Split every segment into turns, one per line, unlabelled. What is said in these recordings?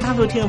大陆听众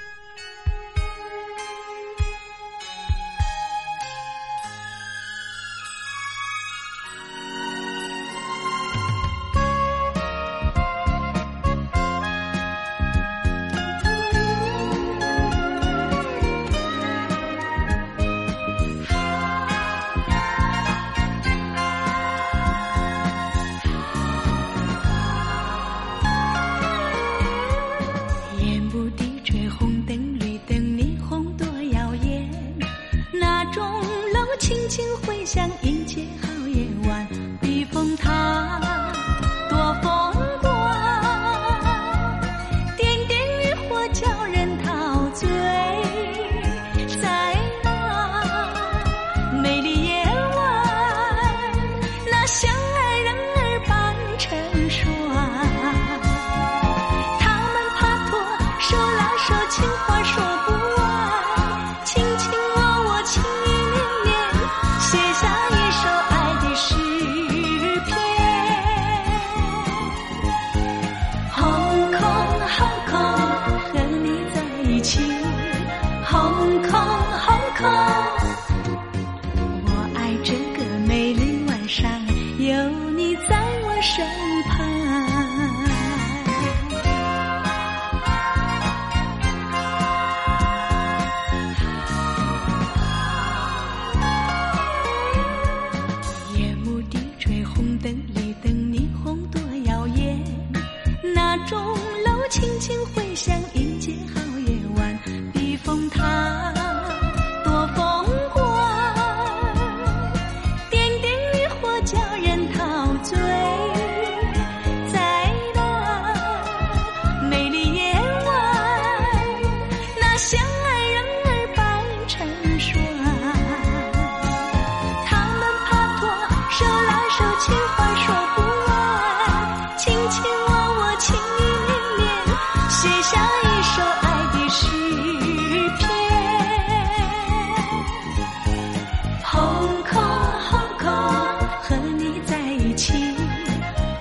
眼不低垂红
钟楼轻轻回响，迎接好夜晚。避风塘多风光，点点渔火叫人陶醉。在那美丽夜晚，那相爱人儿伴成双。他们拍拖，手拉手，情话说不完，卿卿我我，情意绵绵，写下一首爱的诗篇。Hong Kong，Hong Kong，和你在一起。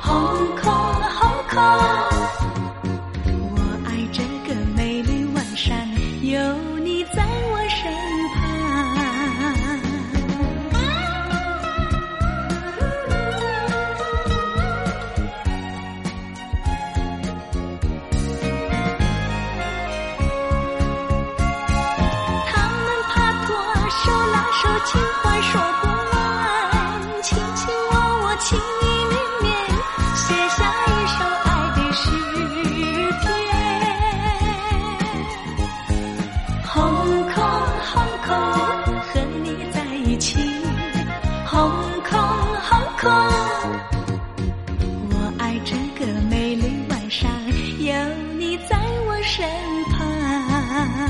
Hong Kong，Hong Kong。我爱这个美丽晚上，有你在我身旁。他们拍拖，手拉手，情话说不完，卿卿我我，情意绵绵，写下一首爱的诗篇。Hong Kong，Hong Kong，和你在一起。Hong Kong，Hong Kong。我爱这个美丽晚上，有你在我身旁。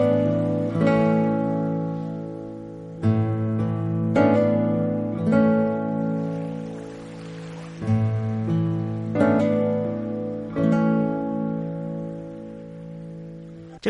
这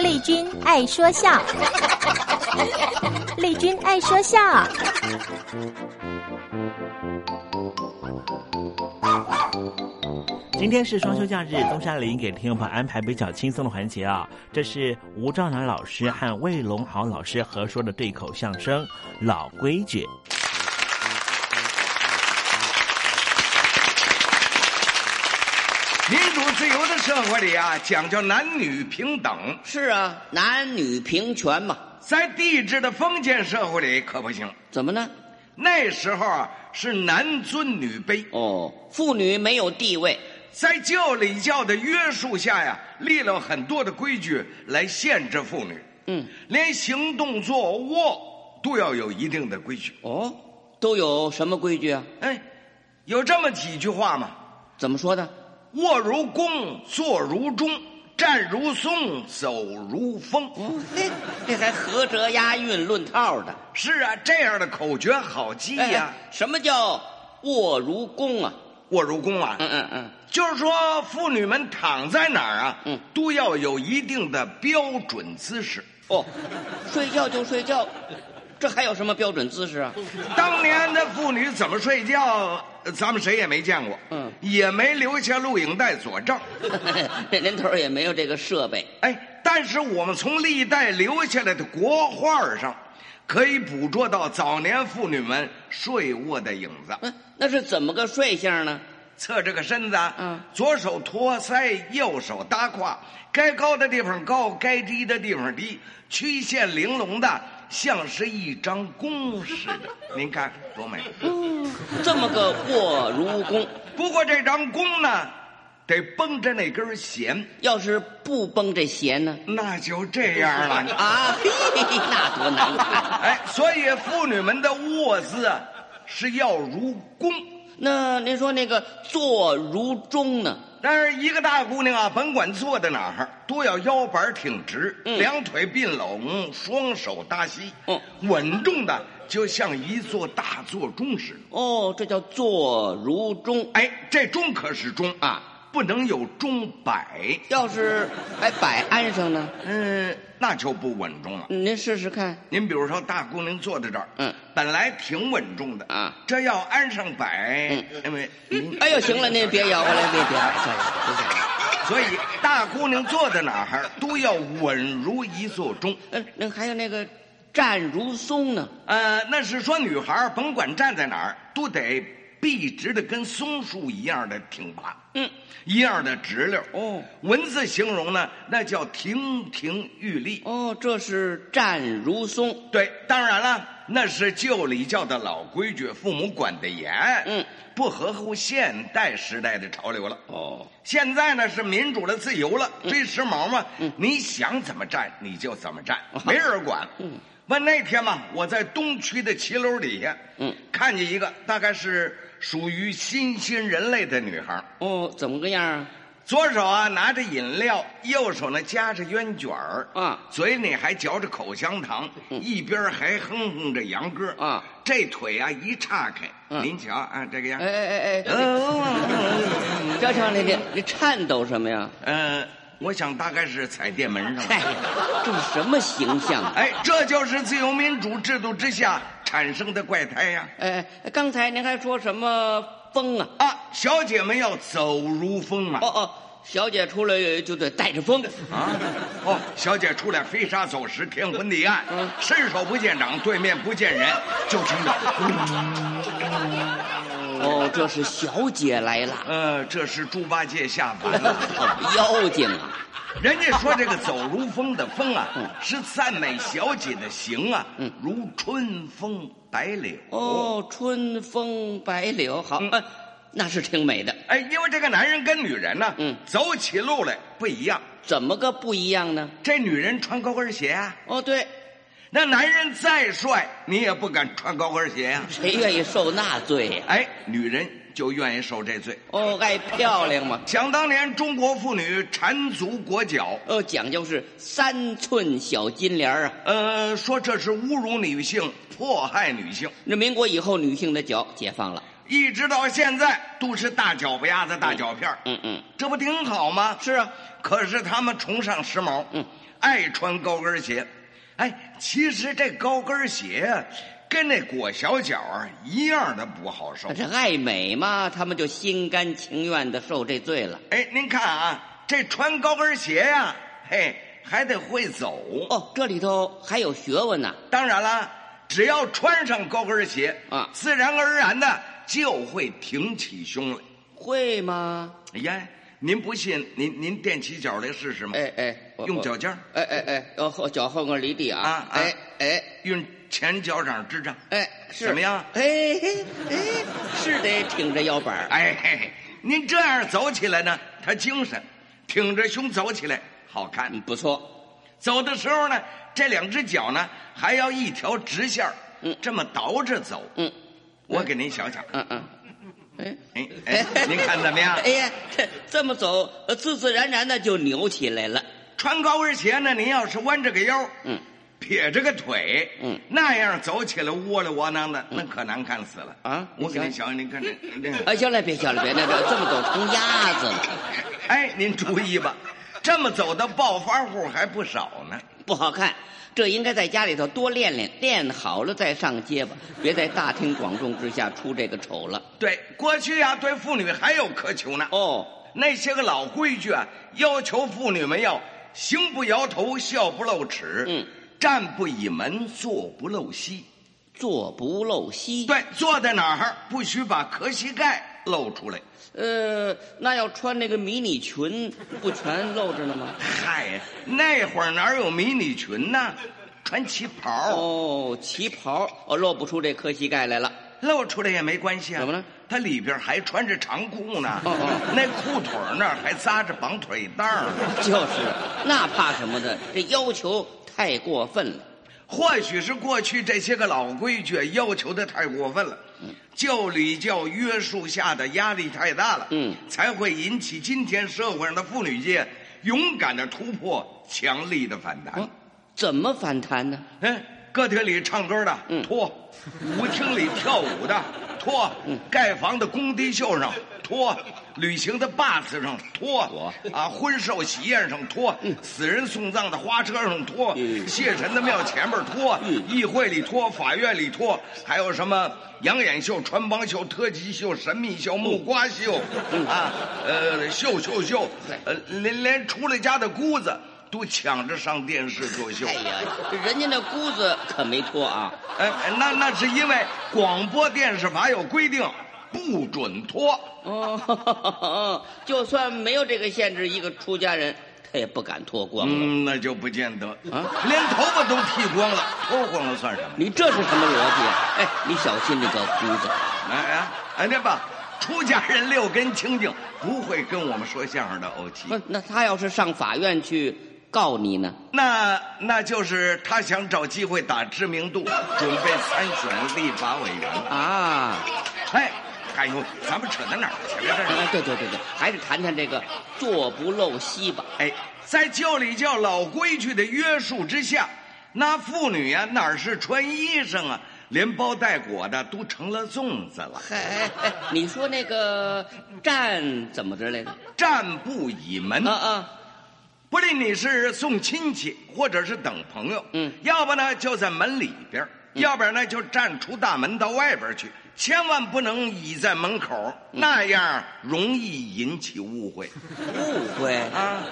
丽君爱 说笑，丽君爱说笑。
今天是双休假日，东山林给听众朋友安排比较轻松的环节啊。这是吴兆南老师和魏龙豪老师合说的对口相声《老规矩》。
民主自由的社会里啊，讲究男女平等，
是啊，男女平权嘛。
在帝制的封建社会里可不行。
怎么呢？
那时候啊，是男尊女卑，
哦，妇女没有地位。
在旧礼教的约束下呀，啊立了很多的规矩来限制妇女，
嗯，
连行动、坐卧都要有一定的规矩。
哦，都有什么规矩啊？
哎，有这么几句话嘛：
怎么说的？
卧如弓，坐如钟，站如松，走如风。
哦，嘿，这还合辙押韵论套的。
是啊，这样的口诀好记呀、
哎，什么叫卧如弓啊？
卧如弓啊，
嗯嗯嗯，
就是说妇女们躺在哪儿啊，
嗯
都要有一定的标准姿势。
哦，睡觉就睡觉，这还有什么标准姿势啊？
当年的妇女怎么睡觉，呃咱们谁也没见过，
嗯
也没留下录影带佐证。
那年头儿也没有这个设备。
哎，但是我们从历代留下来的国画上，可以捕捉到早年妇女们睡卧的影子。嗯，
那是怎么个睡相呢？
侧着个身子，嗯，左手托腮，右手搭胯，该高的地方高，该低的地方低，曲线玲珑的，像是一张弓似的。您看多美！
嗯，这么个卧如蚣。
不过这张弓呢？得绷着那根弦，
要是不绷这弦呢，
那就这样了
啊！那多难 看！
哎，所以妇女们的卧姿啊，是要如弓。
那您说那个坐如钟呢？
但是一个大姑娘啊，甭管坐在哪儿，都要腰板挺直，嗯、两腿并拢，双手搭膝，
哦
嗯、稳重的就像一座大座钟似的。
哦，这叫坐如钟。
哎，这钟可是钟啊！不能有钟摆，
要是哎摆安上呢，
嗯，那就不稳重了。
您试试看。
您比如说，大姑娘坐在这儿，
嗯，
本来挺稳重的
啊，
这要安上摆，因为，
哎呦，行了，您别摇了，别别摇，别摇。
所以大姑娘坐在哪儿都要稳如一座钟。
嗯，那还有那个站如松呢，
呃，那是说女孩甭管站在哪儿都得。笔直的跟松树一样的挺拔，
嗯，
一样的直溜。
哦，
文字形容呢，那叫亭亭玉立。
哦，这是站如松。
对，当然了，那是旧礼教的老规矩，父母管得严。
嗯，
不合乎现代时代的潮流了。
哦，
现在呢是民主了，自由了，追时髦嘛。嗯，你想怎么站你就怎么站，没人管。
哦嗯。
问那天嘛，我在东区的骑楼底下，
嗯，
看见一个大概是属于新兴人类的女孩。
哦，怎么个样啊？
左手啊拿着饮料，右手呢夹着烟卷儿，
啊，
嘴里还嚼着口香糖，
嗯、
一边还哼哼着洋歌，
啊，
这腿啊一岔开，嗯、您瞧啊这个样，
哎哎哎哎，
呃
哦， 张强那天你颤抖什么呀？
嗯、呃。我想大概是踩电门上。
哎，这是什么形象、啊？
哎，这就是自由民主制度之下产生的怪胎呀、
啊！哎，刚才您还说什么风啊？
啊，小姐们要走如风嘛、啊！
哦哦，小姐出来就得带着风
啊！哦，小姐出来飞沙走石，天昏地 暗，
嗯、
伸手不见掌，对面不见人，就听着。
哦，这是小姐来了。
呃，这是猪八戒下凡了，
妖精啊！
人家说这个“走如风”的“ 风”啊，是赞美小姐的形啊，
嗯
如春风白柳。
哦，春风白柳，好，
嗯
哎那是挺美的。
哎，因为这个男人跟女人呢，
嗯，
走起路来不一样。
怎么个不一样呢？
这女人穿高跟鞋啊。
哦，对。
那男人再帅，你也不敢穿高跟鞋呀、啊？
谁愿意受那罪呀、
啊？哎，女人就愿意受这罪。
哦，爱漂亮嘛！
想当年，中国妇女缠足裹脚，
呃，讲究是三寸小金莲啊。
呃，说这是侮辱女性、迫害女性。
那民国以后，女性的脚解放了，
一直到现在都是大脚丫子、大脚片
嗯嗯，嗯嗯
这不挺好吗？
是啊，
可是他们崇尚时髦，
嗯，
爱穿高跟鞋。哎，其实这高跟鞋跟那裹小脚啊一样的不好受。
这爱美嘛，他们就心甘情愿的受这罪了。
哎，您看啊，这穿高跟鞋呀、啊，嘿，还得会走
哦。这里头还有学问呢、啊。
当然啦，只要穿上高跟鞋
啊，
自然而然的就会挺起胸来。
会吗？
哎呀。您不信？您您踮起脚来试试吗？
哎哎，
用脚尖儿。
哎哎哎，要后脚后跟离地啊！
啊
哎哎，
用前脚掌支着。
哎，是
怎么样？
哎哎，是得挺着腰板
哎嘿，您这样走起来呢，他精神；挺着胸走起来好看，
嗯不错。
走的时候呢，这两只脚呢还要一条直线儿，
嗯，
这么倒着走。
嗯，
我给您想想。
嗯嗯。哎
哎，您看怎么样？
哎呀，这这么走，呃自自然然的就扭起来了。
穿高跟鞋呢，您要是弯着个腰，
嗯，
撇着个腿，
嗯，
那样走起来窝里窝囊的，那可难看死了
啊！
我给您想想，您看这这……
哎，行了，别行了，别那这这么走成鸭子了。
哎，您注意吧，这么走的暴发户还不少呢，
不好看。这应该在家里头多练练，练好了再上街吧，别在大庭广众之下出这个丑了。
对，过去呀、啊，对妇女还有苛求呢。
哦，
那些个老规矩啊，要求妇女们要行不摇头，笑不露齿，
嗯，
站不倚门，坐不露膝。
坐不露膝。
对，坐在哪儿不许把壳膝盖露出来。
呃，那要穿那个迷你裙，不全露着呢吗？
嗨，那会儿哪有迷你裙呢？穿旗袍。
哦，旗袍，哦，露不出这磕膝盖来了。
露出来也没关系啊。
怎么了？
它里边还穿着长裤呢，
哦哦
那裤腿儿那儿还扎着绑腿带儿呢。
就是，那怕什么的？这要求太过分了。
或许是过去这些个老规矩要求的太过分了，
嗯
教理教约束下的压力太大了，
嗯
才会引起今天社会上的妇女界勇敢的突破，强力的反弹。
嗯，怎么反弹呢？
嗯，歌厅里唱歌的
嗯
脱，舞厅里跳舞的脱，
嗯
盖房的工地秀上脱，旅行的坝子上脱，啊，婚寿喜宴上脱，死人送葬的花车上脱，哦谢神的庙前面脱，议会里脱，法院里脱，还有什么养眼秀、穿帮秀、特技秀、神秘秀、木瓜秀，啊，呃，秀秀秀，呃，连连出了家的姑子都抢着上电视做秀。
哎呀，人家那姑子可没脱啊。
哎，那那是因为广播电视法有规定，不准脱。
哦， 就算没有这个限制，一个出家人他也不敢脱光了。
嗯，那就不见得
啊
连头发都剃光了，脱光了算什么？
你这是什么逻辑啊？哎，你小心那个姑子。
哎哎哎，那吧，出家人六根清净，不会跟我们说相声的欧气
不。是，那他要是上法院去告你呢？
那那就是他想找机会打知名度，准备参选立法委员。
啊，
哎，哎呦，咱们扯到哪儿去了？这是。
哎对对对对，还是谈谈这个坐不露膝吧。
哎，在教里教老规矩的约束之下，那妇女呀、哪儿是穿衣裳啊，连包带裹的都成了粽子了。
哎哎哎，你说那个站怎么着来着？
站不倚门，
啊啊，
不论你是送亲戚或者是等朋友，
嗯
要不呢就在门里边儿，要不然呢就站出大门到外边儿去，千万不能倚在门口儿，
嗯
那样容易引起误会。
误会。
啊，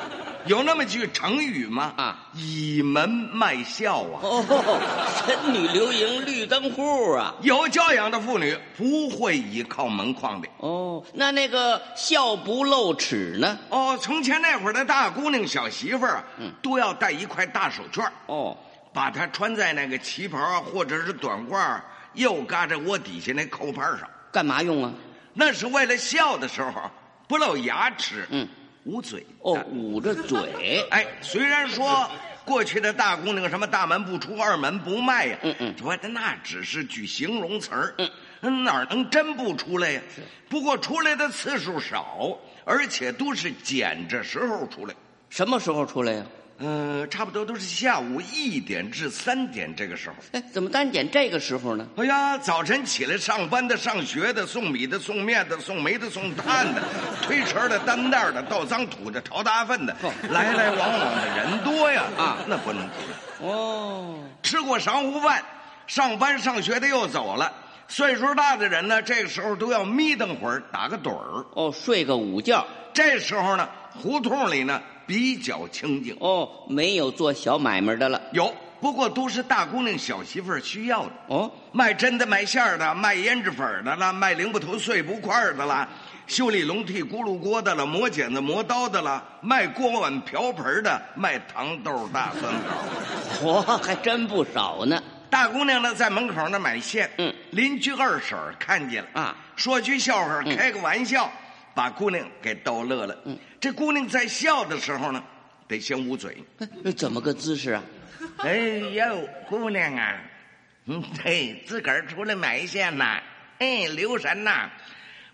有那么句成语吗？
啊，
倚门卖笑啊。
哦，神女流萤绿灯户啊！
有教养的妇女不会倚靠门框的。
哦，那那个笑不露齿呢？
哦，从前那会儿的大姑娘、小媳妇儿啊，都要戴一块大手绢儿，
嗯哦，
把它穿在那个旗袍啊，或者是短褂儿，又嘎在窝底下那扣盘儿上。
干嘛用啊？
那是为了笑的时候啊不露牙齿，
嗯，
捂嘴的。
哦，捂着嘴。
哎，虽然说过去的大姑娘什么大门不出二门不迈呀、
嗯嗯
说的那只是句形容词儿，嗯，哪能真不出来呀、不过出来的次数少，而且都是捡着时候出来，
什么时候出来呀、
嗯、差不多都是下午一点至三点这个时候。
哎，怎么单点这个时候呢？
哎呀，早晨起来上班的、上学的、送米的、送面的、送煤的、送炭的、推车儿的、担担儿的、倒脏土的、淘大粪的，
哦
来来往往的人多呀！
啊
那不能出来。
哦，
吃过晌午饭，上班上学的又走了。岁数大的人呢，这个时候都要眯瞪会儿，打个盹儿。
哦，睡个午觉。
这时候呢，胡同里呢比较清静，
哦，没有做小买卖的了。
有不过都是大姑娘小媳妇儿需要的，
哦，
卖针的、卖馅儿的、卖胭脂粉儿的啦，卖零布头碎布块儿的啦，修理笼屉咕噜锅的了，磨剪子磨刀的啦，卖锅碗瓢盆儿的，卖糖豆大酸枣。
嚯，还真不少呢。
大姑娘呢，在门口那买线，
嗯
邻居二婶儿看见了
啊，嗯
说句笑话，开个玩笑，把姑娘给逗乐了。嗯，这姑娘在笑的时候呢，得先捂嘴。
哎怎么个姿势啊？
哎呦，姑娘啊，嗯，嘿，自个儿出来买线呐，哎，留神呐，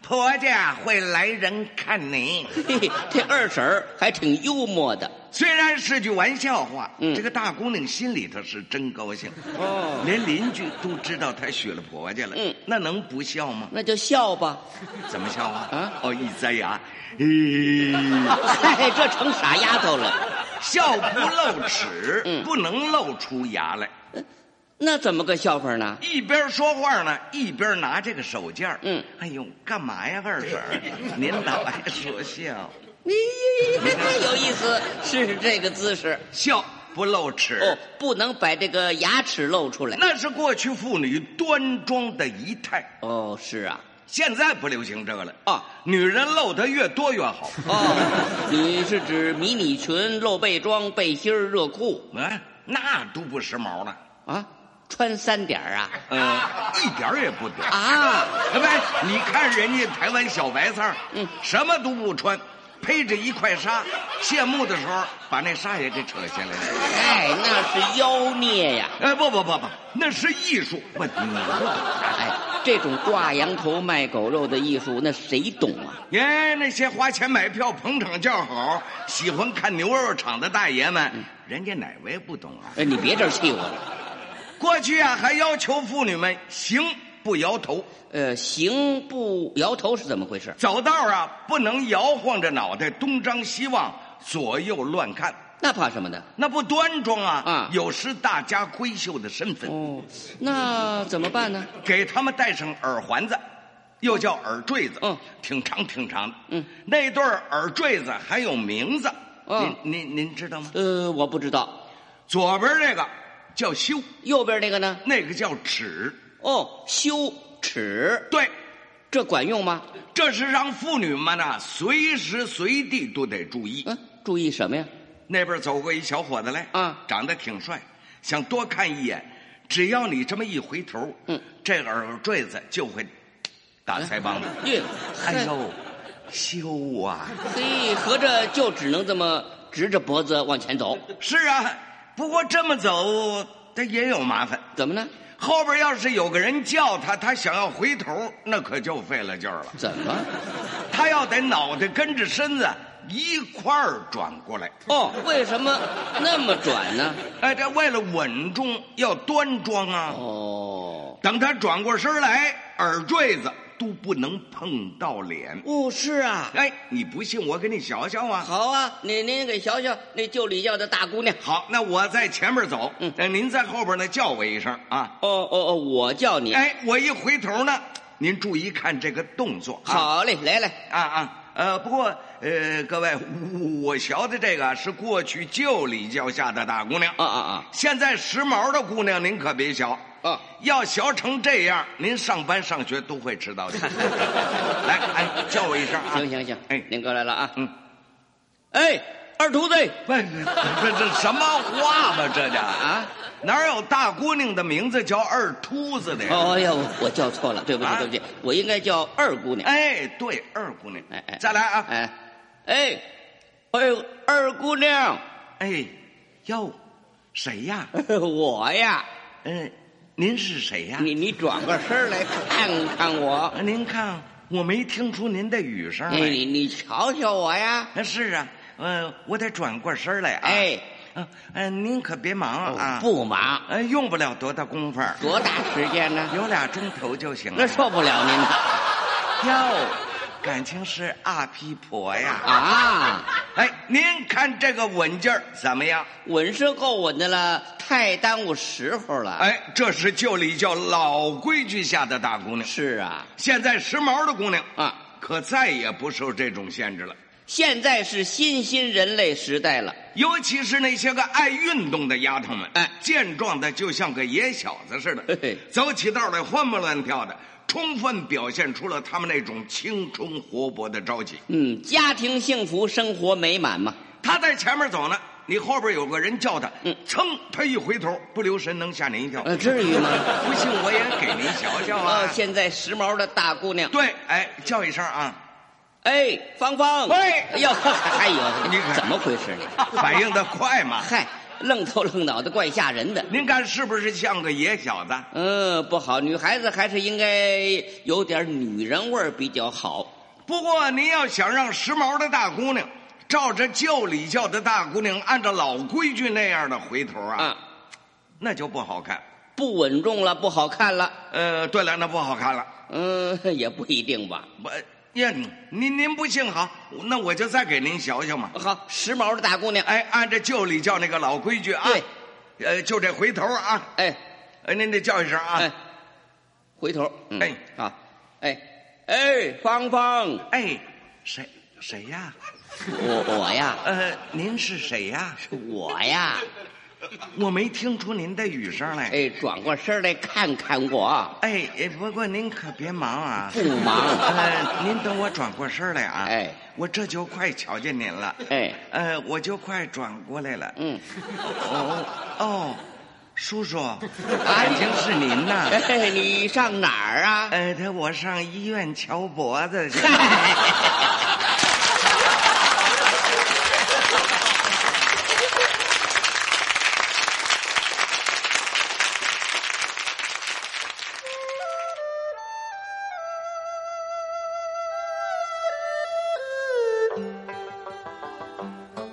婆家会来人看你。
嘿嘿，这二婶儿还挺幽默的。
虽然是句玩笑话，
嗯
这个大姑娘心里头是真高兴，
哦，
连邻居都知道她娶了婆家了。
嗯
那能不笑吗？
那就笑吧。
怎么笑啊？
啊
哦，一塞牙，咦，
嗨、这成傻丫头了。
笑不露齿，
嗯
不能露出牙来。
那怎么个笑法呢？
一边说话呢，一边拿这个手绢儿
嗯，
哎呦，干嘛呀，二婶 儿？您老爱说笑，
有意思，是这个姿势。
笑不露齿。
哦，不能把这个牙齿露出来。
那是过去妇女端庄的仪态。
哦，是啊，
现在不流行这个了
啊！
女人露的越多越 好。啊
哦，你是指迷你裙、露背装、背心儿、热裤
啊？那都不时髦了
啊！穿三点儿啊？
嗯，一点儿也不短
啊！
不，你看人家台湾小白菜儿，嗯，什么都不穿。披着一块纱，谢幕的时候把那纱也给扯下来了。
哎，那是妖孽呀！
哎，不不不不，那是艺术。不，你啊不懂。
哎，这种挂羊头卖狗肉的艺术，那谁懂啊？
哎，那些花钱买票捧场叫好、喜欢看牛肉场的大爷们，嗯、人家哪位不懂啊？
哎，你别这气我了。
过去啊，还要求妇女们行不摇头。
呃，行不摇头是怎么回事？
走道啊，不能摇晃着脑袋，东张西望，左右乱看。
那怕什么呢？
那不端庄啊！
啊，
有失大家闺秀的身份。
哦，那怎么办呢？
给他们戴上耳环子，又叫耳坠子。
嗯，
挺长挺长的。
嗯，
那对耳坠子还有名字。
嗯，
您您您知道吗？
呃，我不知道。
左边这个叫修，
右边那个呢？
那个叫齿。
哦，修。尺
对，
这管用吗？
这是让妇女们呐、啊，随时随地都得注意。
嗯，注意什么呀？
那边走过一小伙子来，
啊，
长得挺帅，想多看一眼。只要你这么一回头，
嗯，
这耳坠子就会打腮帮子。
耶、
哎，哎呦，羞啊！
所以合着就只能这么直着脖子往前走。
是啊，不过这么走他也有麻烦。
怎么呢？
后边要是有个人叫他，他想要回头，那可就费了劲儿了。
怎么？
他要得脑袋跟着身子一块儿转过来。
哦，为什么那么转呢？
哎，这为了稳重，要端庄啊。
哦。
等他转过身来，耳坠子都不能碰到脸。
哦，是啊。
哎，你不信，我给你瞧瞧啊。
好啊，你您给瞧瞧那旧礼教的大姑娘。
好，那我在前面走，
嗯，
那您在后边呢，叫我一声啊。
哦哦哦，我叫你。
哎，我一回头呢，您注意看这个动作。啊、
好嘞，来来
啊啊。呃，不过呃，各位，我学的这个是过去旧礼教下的大姑娘
啊啊啊！
现在时髦的姑娘您可别学
啊！
要学成这样，您上班上学都会迟到 的。来，哎，叫我一声啊！
行行行，
哎，
您过来了啊！
嗯，
哎，二徒弟，
不
哎
不这什么话吧这叫
啊？
哪有大姑娘的名字叫二秃子的呀？
哦呀，我叫错了，对不起，
啊
对不起，我应该叫二姑娘。
哎，对，二姑娘，
哎哎，
再来啊！
哎，哎，哎呦，二姑娘，
哎，哟，谁呀？
我呀，
嗯、您是谁呀？
你你转过身来看看我，
啊您看，我没听出您的语声
哎，
来。
你你瞧瞧我呀，
啊是啊，呃，我得转过身来啊。
哎，哦
嗯、呃您可别忙啊。，
不忙，
呃，用不了多大功夫儿，
多大时间呢？
有俩钟头就行
那
了。
受不了您了
哟，感情是阿皮婆呀。
啊！
哎，您看这个稳劲儿怎么样？
稳是够稳的了，太耽误时候了。，
哎，这是旧礼教老规矩下的大姑娘，
是啊，
现在时髦的姑娘
啊，
可再也不受这种限制了。
现在是新兴人类时代了。
尤其是那些个爱运动的丫头们，
哎
健壮的就像个野小子似的，
嘿嘿
走起道来欢蹦乱跳的，充分表现出了他们那种青春活泼的朝气。
嗯，家庭幸福，生活美满嘛。
他在前面走呢，你后边有个人叫他，
嗯
噌，他一回头，不留神能吓您一跳。
呃，至于吗？
不信我也给您瞧瞧啊
啊，！现在时髦的大姑娘，
对，哎，叫一声啊，
哎，芳芳，
喂
哎呦， 哎呦，
你看
怎么回事呢？
反应 的快嘛。
嗨，愣头愣脑的，怪吓人的。
您看是不是像个野小子？
嗯，不好，女孩子还是应该有点女人味儿比较好。
不过您要想让时髦的大姑娘照着旧礼教的大姑娘按照老规矩那样的回头啊，
啊，
那就不好看。
不稳重了，不好看了。
呃，对了，那不好看了。
嗯， 也不一定吧。
我呀，您您不信好，那我就再给您瞧瞧嘛。
好，时髦的大姑娘，
哎，按照旧礼教那个老规矩啊，呃，就这回头啊，
哎
呃，您得叫一声啊。
哎，回头，嗯
哎
啊，哎哎，芳芳，
哎，谁谁呀？
我我呀，
呃，您是谁呀？
我呀，
我没听出您的语声来。
哎，转过身来看看我。
哎，哎不过您可别忙啊。
不 忙
呃，您等我转过身来啊。
哎，
我这就快瞧见您了。
哎，
呃，我就快转过来了。
嗯。啊
哦哦，叔叔，感情是您呐。
哎，你上哪儿啊？
呃，他我上医院瞧脖子去。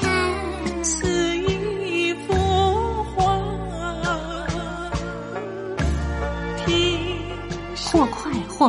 看似一幅画，听
或快哎或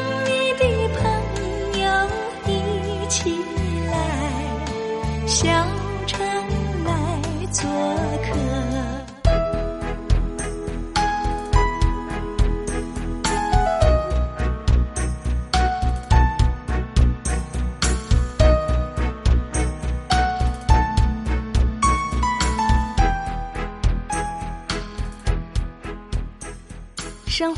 密的朋友一起来，小城来做客。
生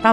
大